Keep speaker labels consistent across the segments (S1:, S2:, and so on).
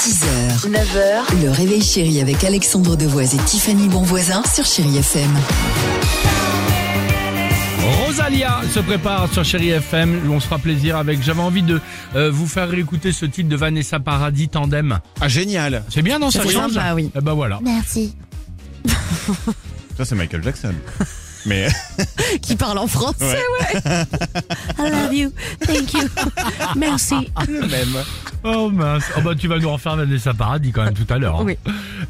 S1: 6h, 9h, le réveil chéri avec Alexandre Devoise et Tiffany Bonvoisin sur Chéri FM.
S2: Rosalia se prépare sur Chéri FM. On se fera plaisir avec. J'avais envie de euh, vous faire écouter ce titre de Vanessa Paradis Tandem.
S3: Ah génial
S2: C'est bien, non Ça
S4: C'est
S2: change.
S4: sympa, oui.
S2: Eh ben voilà.
S4: Merci.
S3: Ça c'est Michael Jackson. Mais
S4: Qui parle en français,
S3: Ouais.
S4: ouais. I love you. Thank you. Merci.
S3: même.
S2: Oh mince. Oh bah tu vas nous refaire Vanessa Paradis quand même tout à l'heure. hein.
S4: Oui.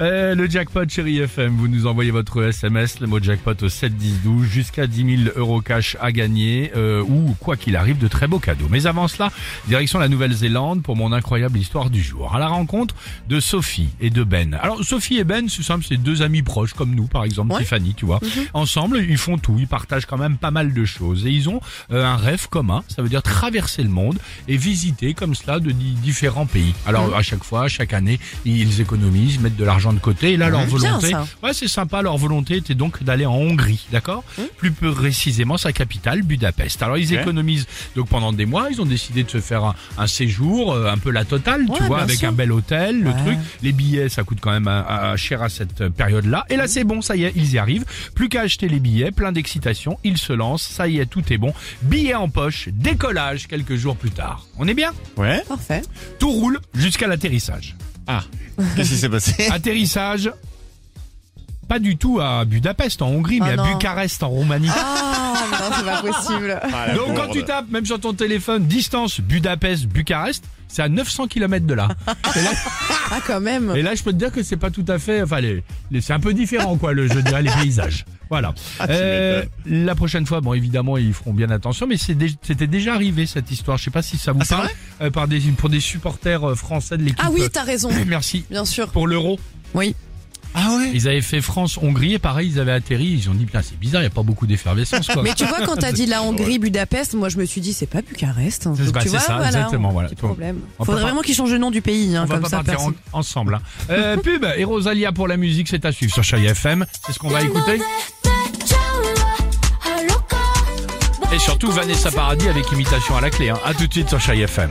S2: Euh, le jackpot Chéri FM. Vous nous envoyez votre SMS, le mot jackpot au 7 10 12 jusqu'à 10 000 euros cash à gagner euh, ou quoi qu'il arrive de très beaux cadeaux. Mais avant cela, direction la Nouvelle-Zélande pour mon incroyable histoire du jour. À la rencontre de Sophie et de Ben. Alors Sophie et Ben, c'est simple, c'est deux amis proches comme nous par exemple,
S4: Ouais. Mhm.
S2: Tiffany, tu vois. Ensemble, ils font tout, ils partagent quand même pas mal de choses et ils ont euh, un rêve commun, ça veut dire traverser le monde et visiter comme cela de di- différents pays.
S4: Mhm.
S2: Alors à chaque fois, chaque année, ils économisent, mettent de l'argent de côté et là leur
S4: Mhm. Bien,
S2: volonté,
S4: ça.
S2: ouais, c'est sympa, leur volonté était donc d'aller en Hongrie, d'accord
S4: Mhm.
S2: Plus précisément sa capitale Budapest. Alors ils
S3: Ok.
S2: économisent donc pendant des mois, ils ont décidé de se faire un, un séjour euh, un peu la totale, tu
S4: Ouais,
S2: vois,
S4: bien
S2: avec
S4: sûr.
S2: un bel hôtel, le
S4: Ouais.
S2: truc, les billets, ça coûte quand même euh, euh, cher à cette euh, période-là. Et là, c'est bon, ça y est, ils y arrivent. Plus qu'à acheter les billets, plein d'excitation, ils se lancent, ça y est, tout est bon. Billets en poche, décollage quelques jours plus tard. On est bien
S3: Ouais.
S4: Parfait.
S2: Tout roule jusqu'à l'atterrissage.
S3: Ah. Qu'est-ce qui s'est passé
S2: Atterrissage, pas du tout à Budapest en Hongrie,
S4: Ah
S2: mais à
S4: non.
S2: Bucarest en Roumanie.
S4: Ah, non, c'est pas possible.
S3: Ah, la
S2: Donc quand
S3: bourde.
S2: tu tapes, même sur ton téléphone, distance Budapest-Bucarest, c'est à 900 km de là. Et là,
S4: Ah, quand même.
S2: Et là, je peux te dire que c'est pas tout à fait. Enfin, les, les- c'est un peu différent, quoi, le, je dirais, les paysages. Voilà. Euh,
S3: Ah, tu m'étonnes.
S2: la prochaine fois, bon, évidemment, ils feront bien attention, mais c'est dé- c'était déjà arrivé cette histoire. Je sais pas si ça vous
S3: Ah, c'est
S2: parle
S3: vrai
S2: euh, par des, pour des supporters euh, français de l'équipe.
S4: Ah oui,
S2: euh,
S4: t'as raison.
S2: Merci
S4: Bien sûr.
S2: pour l'euro.
S4: Oui.
S3: Ah ouais
S2: Ils avaient fait France-Hongrie et pareil, ils avaient atterri. Ils ont dit, putain, c'est bizarre, il n'y a pas beaucoup d'effervescence, quoi.
S4: Mais tu vois, quand t'as dit la Hongrie, Budapest, moi je me suis dit, c'est pas Bucarest. hein. Donc,
S2: bah,
S4: tu
S2: c'est
S4: vois,
S2: ça,
S4: voilà,
S2: exactement,
S4: on-
S2: voilà.
S4: petit problème.
S2: On peut
S4: Faudrait
S2: pas-
S4: vraiment qu'ils changent le nom du pays, hein,
S2: On va
S4: comme
S2: pas
S4: ça.
S2: partir en-
S4: personne-
S2: ensemble. hein. Euh, pub et Rosalia pour la musique, c'est à suivre sur Chai FM. C'est ce qu'on va écouter. Et surtout Vanessa Paradis avec imitation à la clé. Hein. À tout de suite sur Chai FM.